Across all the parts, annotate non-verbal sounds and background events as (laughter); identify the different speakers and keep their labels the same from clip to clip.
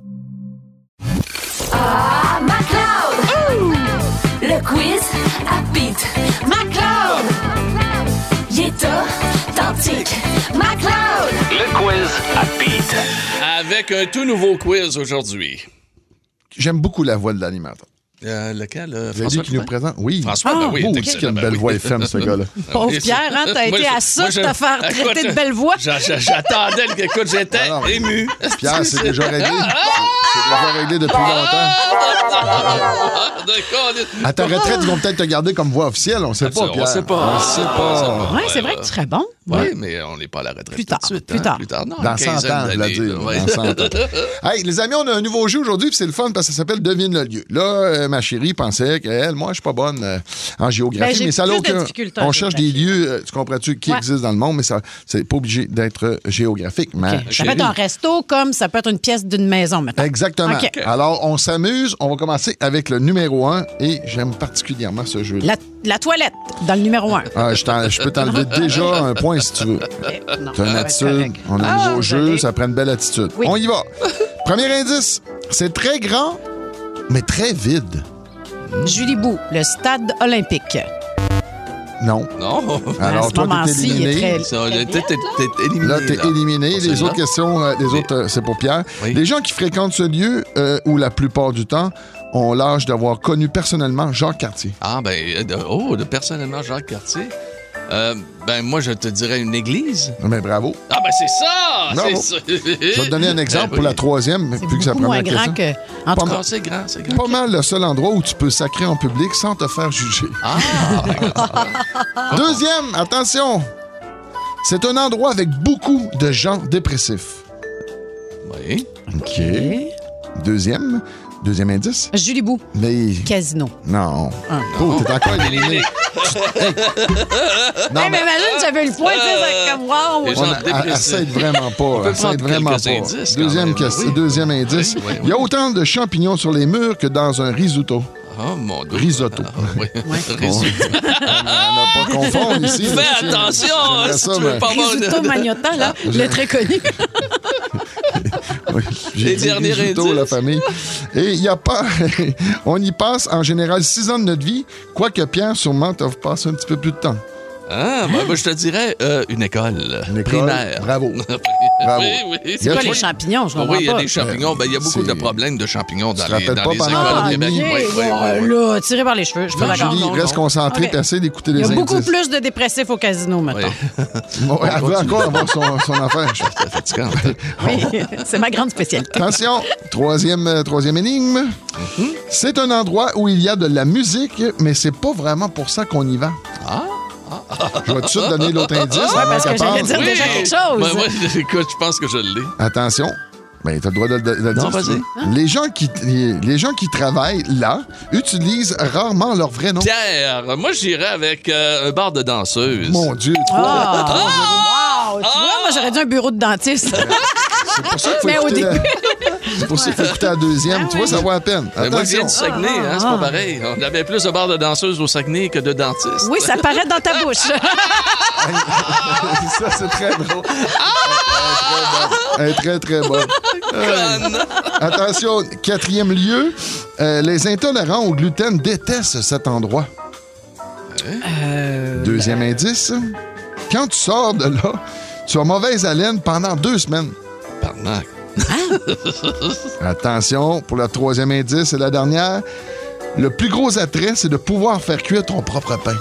Speaker 1: Ah, MacLeod! Le quiz à Pete. MacLeod! Il est authentique. MacLeod!
Speaker 2: Le quiz à Pete. Avec un tout nouveau quiz aujourd'hui.
Speaker 3: J'aime beaucoup la voix de l'animateur.
Speaker 2: Euh, lequel? euh,
Speaker 3: J'ai dit
Speaker 2: François
Speaker 3: qu'il nous
Speaker 2: Lupin?
Speaker 3: présente. Oui.
Speaker 2: François, ben oui,
Speaker 3: Oh,
Speaker 2: il est
Speaker 3: qu'est-ce qu'il
Speaker 2: excellent,
Speaker 3: a une
Speaker 2: ben
Speaker 3: belle
Speaker 2: oui.
Speaker 3: voix FM,
Speaker 2: (laughs)
Speaker 3: ce gars-là.
Speaker 4: Pauvre Pierre, hein, t'as
Speaker 2: Moi,
Speaker 4: été
Speaker 2: je-
Speaker 4: à ça
Speaker 2: moi,
Speaker 4: de
Speaker 2: je-
Speaker 4: te faire traiter de
Speaker 2: Écoute,
Speaker 4: belle voix.
Speaker 2: j'a- j'a- J'attendais, le- écoute, j'étais
Speaker 3: Ah Non, non, mais-
Speaker 2: ému.
Speaker 3: Pierre, c'est déjà réglé. C'est déjà réglé depuis
Speaker 2: Ah!
Speaker 3: longtemps.
Speaker 2: D'accord, on est-
Speaker 3: À ta retraite, ils vont peut-être te garder comme voix officielle. On ne sait pas,
Speaker 2: On
Speaker 3: Pierre.
Speaker 2: sait pas.
Speaker 3: On sait pas.
Speaker 2: On sait
Speaker 4: Ouais, c'est vrai que tu serais bon.
Speaker 2: Oui, mais on n'est pas à la retraite.
Speaker 4: Plus
Speaker 2: tout
Speaker 4: tard,
Speaker 2: de suite,
Speaker 4: plus
Speaker 2: hein,
Speaker 4: tard.
Speaker 2: Plus tard. Non,
Speaker 3: Dans
Speaker 2: une
Speaker 3: 100
Speaker 2: quinzaine
Speaker 3: ans, je
Speaker 2: d'années,
Speaker 3: voulais dire.
Speaker 2: là, ouais.
Speaker 3: Dans 100 ans.
Speaker 2: (laughs)
Speaker 3: Hey, les amis, on a un nouveau jeu aujourd'hui, puis c'est le fun parce que ça s'appelle Devine le lieu. Là, euh, ma chérie pensait qu'elle, moi, je suis pas bonne euh, en
Speaker 4: Ben,
Speaker 3: géographie,
Speaker 4: j'ai
Speaker 3: mais ça
Speaker 4: plus
Speaker 3: n'a
Speaker 4: de
Speaker 3: aucun.
Speaker 4: difficultés en
Speaker 3: On cherche des
Speaker 4: géographie.
Speaker 3: lieux, euh, tu comprends-tu, qui
Speaker 4: Ouais.
Speaker 3: existent dans le monde, mais ça, c'est pas obligé d'être euh, géographique.
Speaker 2: Ah,
Speaker 3: ma
Speaker 4: Ça peut être
Speaker 3: chérie.
Speaker 4: un resto comme ça peut être une pièce d'une maison, maintenant.
Speaker 3: Exactement.
Speaker 4: OK.
Speaker 3: Alors, on s'amuse. On va commencer avec le numéro 1 et j'aime particulièrement ce jeu.
Speaker 4: La, la toilette, dans le numéro un.
Speaker 3: Ah, je, t'en- je peux
Speaker 4: (laughs)
Speaker 3: t'enlever déjà un point si tu veux.
Speaker 4: Eh, Non,
Speaker 3: T'as une
Speaker 4: ça va être
Speaker 3: attitude.
Speaker 4: Ah, ben, correct.
Speaker 3: On a un
Speaker 4: Ah,
Speaker 3: nouveau
Speaker 4: désolé.
Speaker 3: jeu, ça prend une belle attitude.
Speaker 4: Oui.
Speaker 3: On y
Speaker 4: (laughs)
Speaker 3: va. Premier indice, c'est très grand, mais très vide.
Speaker 4: Julie Bou, le stade olympique.
Speaker 3: Non.
Speaker 2: Non.
Speaker 4: à
Speaker 3: Alors,
Speaker 4: ce
Speaker 3: toi, t'es
Speaker 4: moment-ci, il est
Speaker 3: éliminé.
Speaker 4: très-
Speaker 2: Ça, T'es t'es- t'es éliminé.
Speaker 3: Là, t'es éliminé.
Speaker 2: Pour
Speaker 3: Les
Speaker 2: celui-là.
Speaker 3: autres questions, euh, les autres, euh, c'est pour Pierre.
Speaker 2: Oui.
Speaker 3: Les gens qui fréquentent ce lieu, euh, où la plupart du temps, ont l'âge d'avoir connu personnellement Jacques Cartier.
Speaker 2: Ah, ben, euh, oh, de- personnellement, Jacques Cartier. Euh, ben, moi, je te dirais une église.
Speaker 3: Mais bravo.
Speaker 2: Ah, ben, c'est ça!
Speaker 3: Bravo.
Speaker 2: C'est ça! Ben
Speaker 3: Je vais
Speaker 2: (laughs)
Speaker 3: te donner un
Speaker 2: Eh,
Speaker 3: exemple pour la troisième,
Speaker 4: C'est
Speaker 3: vu que ça
Speaker 4: beaucoup
Speaker 3: prend
Speaker 4: moins
Speaker 3: la
Speaker 4: grand
Speaker 3: question.
Speaker 4: que... En
Speaker 3: Pas
Speaker 4: tout cas,
Speaker 2: Non, Ah, c'est grand, c'est grand.
Speaker 3: Pas mal le seul endroit où tu peux sacrer en public sans te faire juger.
Speaker 2: Ah, (laughs)
Speaker 3: Deuxième, attention. C'est un endroit avec beaucoup de gens dépressifs.
Speaker 2: oui.
Speaker 3: OK. Deuxième. Deuxième indice.
Speaker 4: Julie Bou,
Speaker 3: Mais
Speaker 4: casino.
Speaker 3: non.
Speaker 4: Ah,
Speaker 3: Oh, t'es encore éliminé. Hey. Non,
Speaker 4: Hey, mais
Speaker 3: mais
Speaker 4: imagine, j'avais le point, tu sais,
Speaker 2: Euh,
Speaker 4: c'est comme wow.
Speaker 2: Les
Speaker 3: on
Speaker 2: gens
Speaker 3: a- elle- elle
Speaker 2: dépressifs.
Speaker 3: s'aide vraiment pas.
Speaker 2: peut
Speaker 3: Elle s'aide
Speaker 2: prendre
Speaker 3: vraiment
Speaker 2: quelques
Speaker 3: pas.
Speaker 2: indices, quand
Speaker 3: Deuxième
Speaker 2: même.
Speaker 3: question,
Speaker 2: Oui.
Speaker 3: deuxième indice.
Speaker 2: Oui, oui,
Speaker 3: Il y a
Speaker 2: oui.
Speaker 3: autant de champignons sur les murs que dans un risotto.
Speaker 2: Oh, mon Dieu.
Speaker 3: Risotto.
Speaker 2: Ah, oui.
Speaker 3: Bon.
Speaker 2: Risotto.
Speaker 3: On n'a pas confondre ici.
Speaker 2: Fais attention, hein,
Speaker 3: J'aimerais
Speaker 2: si
Speaker 3: ça,
Speaker 2: tu veux
Speaker 3: mais-
Speaker 2: pas avoir
Speaker 4: Risotto
Speaker 2: de-
Speaker 4: Magnotta,
Speaker 3: Ah,
Speaker 4: là, le très connu.
Speaker 3: Oui,
Speaker 2: Les
Speaker 3: J'ai dit
Speaker 2: derniers
Speaker 3: risotto,
Speaker 2: indices.
Speaker 3: la famille. Et il n'y a pas. (laughs) on y passe en général six ans de notre vie, quoique Pierre, sûrement, t'as passé un petit peu plus de temps.
Speaker 2: Ah, ben, moi, je te dirais euh, une école.
Speaker 3: Une école,
Speaker 2: Primaire. (laughs)
Speaker 3: bravo. Bravo.
Speaker 2: Oui, oui.
Speaker 3: C'est
Speaker 4: Pas les champignons, je comprends
Speaker 2: Oui, il y a
Speaker 4: pas.
Speaker 2: des champignons. Ben, il y a beaucoup
Speaker 3: C'est-
Speaker 2: de problèmes de champignons dans
Speaker 3: te
Speaker 2: les,
Speaker 3: rappelles
Speaker 2: dans
Speaker 3: pas
Speaker 2: les
Speaker 3: pendant
Speaker 2: écoles
Speaker 3: la
Speaker 2: au Québec.
Speaker 3: pandémie?
Speaker 2: Oui, oui,
Speaker 4: Ah,
Speaker 2: oui, oui.
Speaker 4: là, tiré par les cheveux, je suis pas d'accord.
Speaker 3: Julie,
Speaker 2: non,
Speaker 3: reste
Speaker 2: non.
Speaker 3: concentrée
Speaker 4: Ok.
Speaker 3: et essaie d'écouter
Speaker 4: Il
Speaker 3: les
Speaker 4: y a
Speaker 3: indices.
Speaker 4: beaucoup plus de dépressifs au casino,
Speaker 2: Oui. (laughs)
Speaker 4: maintenant.
Speaker 3: Bon, elle veut encore avoir son, son affaire. Je-
Speaker 2: C'est fatigant.
Speaker 4: Oui, (laughs) c'est ma grande spécialité.
Speaker 3: Attention, troisième, euh, troisième énigme.
Speaker 2: Mhm.
Speaker 3: C'est un endroit où il y a de la musique, mais c'est pas vraiment pour ça qu'on y va.
Speaker 2: Ah?
Speaker 3: Je vais tout de suite donner l'autre indice. avant
Speaker 4: parce que
Speaker 3: qu'elle
Speaker 4: j'allais
Speaker 3: parle.
Speaker 4: dire déjà quelque chose.
Speaker 2: Ben, moi, (laughs) écoute, je pense que je l'ai.
Speaker 3: Attention. Ben, t'as le droit de, de- de le
Speaker 2: Non,
Speaker 3: dire, si
Speaker 2: vas-y.
Speaker 3: tu veux. Les gens, qui, les, les gens qui travaillent là utilisent rarement leur vrai nom.
Speaker 2: Pierre, moi, j'irais avec euh, un bar de danseuse.
Speaker 3: Mon Dieu, trois.
Speaker 4: Ah! Wow! Tu vois, Ah, moi, j'aurais dit un bureau de
Speaker 3: (laughs)
Speaker 4: dentiste.
Speaker 3: C'est pour ça qu'il faut
Speaker 4: Mais au
Speaker 3: écouter la-
Speaker 4: début- Ah
Speaker 3: C'est pour ça qu'il faut écouter la deuxième. tu vois, ça va à peine.
Speaker 2: Mais Ben, moi, je viens
Speaker 3: Attention. Ah,
Speaker 2: du Saguenay, hein, c'est pas pareil. On avait plus de bar de danseuse au Saguenay que de dentiste.
Speaker 4: Oui, ça paraît dans ta
Speaker 3: (laughs)
Speaker 4: bouche.
Speaker 3: ça, c'est très drôle. Elle est très, très bonne.
Speaker 2: Conne.
Speaker 3: Attention, quatrième lieu, euh, les intolérants au gluten détestent cet endroit. Deuxième indice, quand tu sors de là, tu as mauvaise haleine pendant deux semaines.
Speaker 2: Tabarnak.
Speaker 3: Attention, pour le troisième indice et la dernière, le plus gros attrait, c'est de pouvoir faire cuire ton propre pain.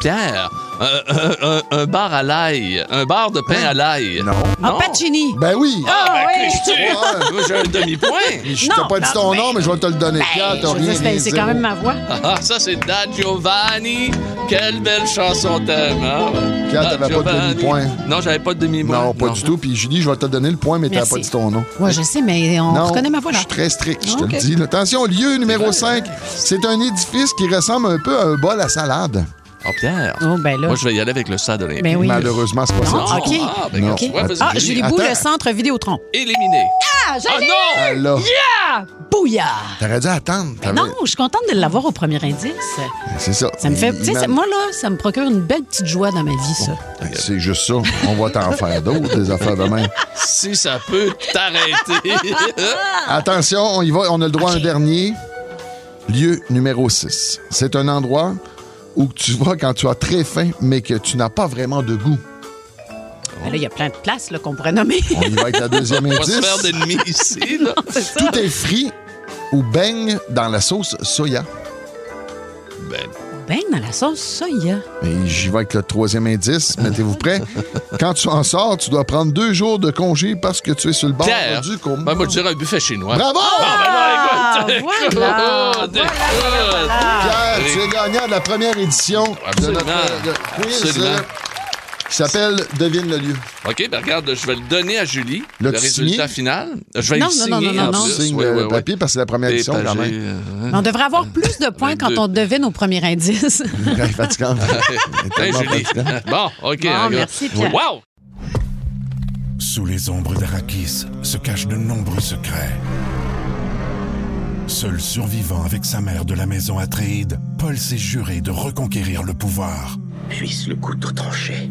Speaker 2: Pierre, un, un- un- un bar à l'ail, un bar de pain à l'ail.
Speaker 3: Non.
Speaker 4: En pachini.
Speaker 3: Ben oui!
Speaker 4: Ah, oui.
Speaker 3: Ouais.
Speaker 2: Moi, j'ai un demi-point.
Speaker 3: Je t'ai
Speaker 4: non,
Speaker 3: pas dit ton nom, mais je vais te le donner.
Speaker 4: Ben,
Speaker 3: Pierre, t'as
Speaker 4: je veux
Speaker 3: rien
Speaker 4: dire, c'est-
Speaker 3: dit,
Speaker 4: c'est quand
Speaker 3: zéro.
Speaker 4: même ma voix.
Speaker 2: Ah, ça, c'est Da Giovanni Quelle belle chanson t'aimes, hein?
Speaker 3: Kat, t'avais pas de
Speaker 2: Giovanni.
Speaker 3: demi-point.
Speaker 2: Non, j'avais pas de demi-point.
Speaker 3: Non, pas du tout. Puis Julie, je vais te donner le point, mais t'as
Speaker 4: Merci.
Speaker 3: pas dit ton nom.
Speaker 4: Ouais, je sais, mais on
Speaker 3: non,
Speaker 4: reconnaît ma voix
Speaker 3: je
Speaker 4: là.
Speaker 3: suis très strict, je te
Speaker 4: Ok.
Speaker 3: le dis. là. Attention, lieu numéro 5, c'est un édifice qui ressemble un peu à un bol à salade.
Speaker 2: Oh, Pierre.
Speaker 4: Oh, ben là.
Speaker 2: Moi, je vais y aller avec le stade olympique.
Speaker 4: Ben oui.
Speaker 3: Malheureusement, c'est pas
Speaker 4: Non,
Speaker 3: ça.
Speaker 4: ok.
Speaker 2: Ah, ben,
Speaker 3: Non.
Speaker 2: tu vois, vas-y,
Speaker 4: Ah,
Speaker 2: Julie.
Speaker 4: Julie Bou,
Speaker 3: Attends.
Speaker 4: le centre Vidéotron.
Speaker 2: Éliminé.
Speaker 4: Ah,
Speaker 2: Ah non!
Speaker 3: Alors,
Speaker 4: Bouillard!
Speaker 3: t'aurais dû attendre. t'avais-
Speaker 4: Non, je suis contente de l'avoir au premier indice.
Speaker 3: C'est ça.
Speaker 4: Ça me fait.
Speaker 3: Il-
Speaker 4: Tu sais,
Speaker 3: il-
Speaker 4: ça- moi, là, ça me procure une belle petite joie dans ma vie, ça.
Speaker 2: Oh,
Speaker 3: C'est juste ça. On va t'en faire d'autres, des affaires de même.
Speaker 2: Si ça peut
Speaker 3: (laughs)
Speaker 2: t'arrêter.
Speaker 3: Attention, on y va. On a le droit à un dernier. Lieu numéro 6. C'est un endroit où tu vas quand tu as très faim, mais que tu n'as pas vraiment de goût.
Speaker 2: oh.
Speaker 4: Ben là, il y a plein de places là, qu'on pourrait
Speaker 2: (laughs)
Speaker 4: nommer.
Speaker 3: On y va avec la deuxième
Speaker 2: On va se faire
Speaker 3: indice.
Speaker 2: d'ennemis ici,
Speaker 3: (laughs)
Speaker 2: là.
Speaker 3: Tout est frit ou baigne dans la sauce soya.
Speaker 2: Ben,
Speaker 4: Ben, dans la sauce soya.
Speaker 3: Et j'y vais avec le troisième indice. Mettez-vous prêts. Quand tu en sors, tu dois prendre deux jours de congé parce que tu es sur le bord
Speaker 2: Pierre.
Speaker 3: du coma.
Speaker 2: ben, moi, je dirais un buffet chinois.
Speaker 3: Bravo!
Speaker 2: Ah, ben non, (laughs) écoute, écoute,
Speaker 4: voilà,
Speaker 2: écoute. ah.
Speaker 3: Pierre, tu es gagnant de la première édition
Speaker 2: Absolument.
Speaker 3: de notre euh, de quiz
Speaker 2: Absolument.
Speaker 3: euh, qui s'appelle Devine le lieu.
Speaker 2: OK, ben regarde, je vais le donner à Julie,
Speaker 3: L'as-tu
Speaker 2: le résultat
Speaker 3: signé?
Speaker 2: final. Je vais
Speaker 4: Non,
Speaker 2: le
Speaker 4: non,
Speaker 2: signer
Speaker 4: non, non,
Speaker 2: en
Speaker 4: non,
Speaker 2: plus.
Speaker 3: Tu signes
Speaker 2: Oui, oui,
Speaker 3: le
Speaker 2: oui.
Speaker 3: papier parce que c'est la première édition quand
Speaker 2: Dépagé,
Speaker 3: même. (laughs)
Speaker 2: euh,
Speaker 4: Mais on devrait avoir plus de points quand
Speaker 2: deux.
Speaker 4: on devine au premier indice.
Speaker 2: (laughs)
Speaker 3: Ouais, fatigant. Elle est
Speaker 2: (laughs) Hey,
Speaker 3: tellement
Speaker 2: Julie.
Speaker 3: fatigante.
Speaker 2: Bon, OK.
Speaker 4: Bon,
Speaker 2: hein, gars.
Speaker 4: merci, Pierre.
Speaker 2: Wow!
Speaker 5: Sous les ombres d'Arakis se cachent de nombreux secrets. Seul survivant avec sa mère de la maison Atréide, Paul s'est juré de reconquérir le pouvoir.
Speaker 6: Puisse le couteau tranché